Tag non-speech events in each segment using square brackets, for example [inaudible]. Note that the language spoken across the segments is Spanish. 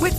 With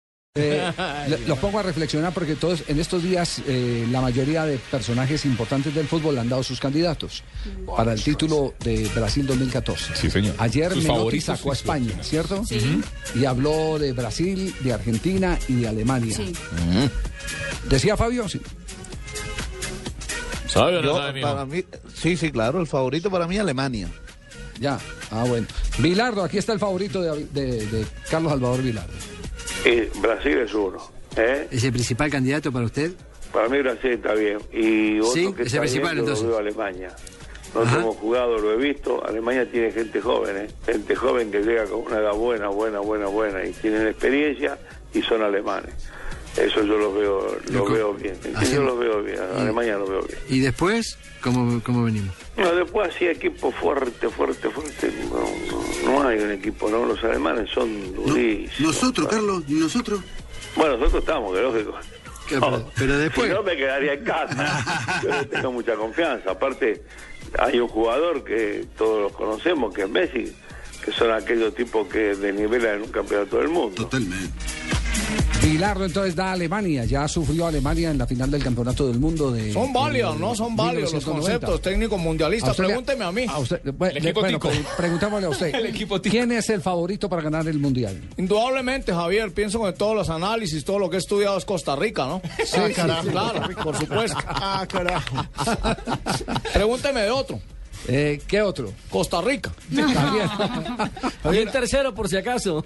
Eh, le- los pongo a reflexionar porque todos en estos días eh, la mayoría de personajes importantes del fútbol han dado sus candidatos para el título de Brasil 2014. Sí, señor. Ayer Sus Menotti favoritos, sacó a sí, sí. España, ¿cierto? Y habló de Brasil, de Argentina y de Alemania. Mm. Decía Fabio, sí. ¿Sabe o no Yo, sabe, mijo? para mí, sí, sí, claro, el favorito para mí Alemania. ya, ah bueno. Vilardo, aquí está el favorito de, de- de Carlos Salvador Vilardo. Y Brasil es uno. ¿eh? ¿Es el principal candidato para usted? Para mí Brasil está bien. Y otro Sí, que es está el principal, bien, yo lo entonces. veo Alemania. No Ajá. hemos jugado, lo he visto. Alemania tiene gente joven, ¿eh? gente joven que llega con una edad buena, buena, buena, buena, y tienen experiencia y son alemanes. Eso yo lo veo, lo Loco. veo bien. Así- Yo lo veo bien. Y- Alemania lo veo bien. ¿Y después? ¿Cómo, cómo venimos? No, después así equipo fuerte, fuerte, fuerte. No, no- no hay un equipo, ¿no? Los alemanes son durísimos. Nosotros, Carlos, ¿y nosotros? Bueno, nosotros estamos, que lógico. Que- pero- pero después- Si no, me quedaría [laughs] en casa. Yo le tengo mucha confianza. Aparte, hay un jugador que todos los conocemos, que es Messi, que son aquellos tipos que denivelan en un campeonato del mundo. Vilardo entonces da a Alemania, ya sufrió Alemania en la final del Campeonato del Mundo de... Son válidos, ¿no? Son válidos los 1990. conceptos técnicos mundialistas. usted le- Pregúnteme a mí. a Ah, usted- bueno, El equipo bueno, tico. pre- preguntémosle a [laughs] usted. El equipo tico. ¿Quién es el favorito para ganar el mundial? Indudablemente, Javier, pienso que todos los análisis, todo lo que he estudiado es Costa Rica, ¿no? Sí, carajo. Claro, por supuesto. Ah, carajo. Pregúnteme de otro. Eh, ¿Qué otro? Costa Rica. También. Bien tercero, por si acaso.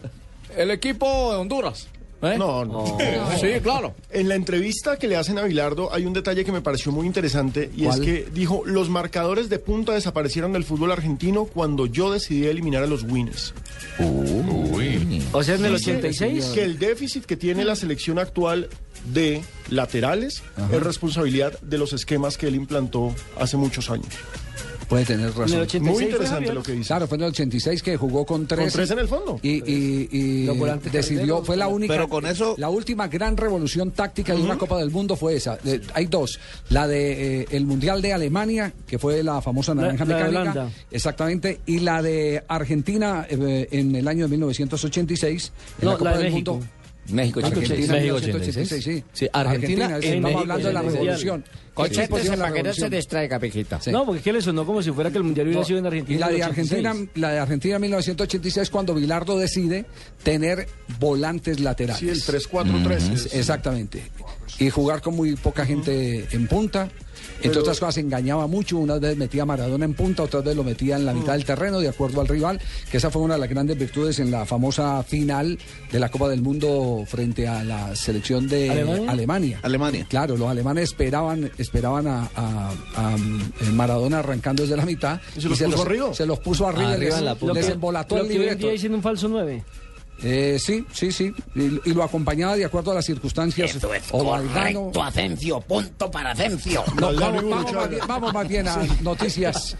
El equipo de Honduras. ¿eh? No, no. Sí, claro. En la entrevista que le hacen a Bilardo hay un detalle que me pareció muy interesante y ¿Cuál? es que dijo, los marcadores de punta desaparecieron del fútbol argentino cuando yo decidí eliminar a los winners. O sea, en el Dice 86. Que el déficit que tiene la selección actual de laterales es responsabilidad de los esquemas que él implantó hace muchos años. Puede tener En el razón. 86 Muy fue interesante Javier. lo que dice. Claro, fue en el 86 que jugó con tres. Con tres en el fondo. Y, y- y Los volantes decidió, carreros, fue la única. pero con eso- La última gran revolución táctica de una Copa del Mundo fue esa. De- hay dos. La de eh, el Mundial de Alemania, que fue la famosa La- Naranja la de Mecánica. Holanda. exactamente. Y la de Argentina eh, en el año de 1986. En No, la Copa la de del México. Mundo. México, Argentina, México, 1986, sí. Sí, Argentina es- en estamos México, hablando de la en el revolución. ¿Qué equipos hicieron la revolución? distraiga, pijita. Sí. No, porque ¿qué le sonó como si fuera que el mundial hubiera sido en Argentina? Y la en el de Argentina, 86. la de Argentina 1986 cuando Bilardo decide tener volantes laterales. Sí, el 3-4-3. Es- Exactamente. Y jugar con muy poca gente en punta. Entre otras cosas, engañaba mucho. Una vez metía a Maradona en punta, otras vez lo metía en la mitad del terreno, de acuerdo al rival. Que esa fue una de las grandes virtudes en la famosa final de la Copa del Mundo frente a la selección de ¿Alemania? Alemania. Alemania. Claro, los alemanes esperaban, esperaban a, a- a, mm, Maradona arrancando desde la mitad. ¿Y se los puso arriba? Se los puso arriba, Arriba les, en la punta. les Lo que- embolató Lo el que hoy en libreto. día dicen un falso 9. Eh, sí, sí, sí. Y, y lo acompañaba de acuerdo a las circunstancias. o Valdano. Asencio, punto para Asencio. No, Valdano vamos, vamos y más Burruchaga. bien, vamos más bien a noticias.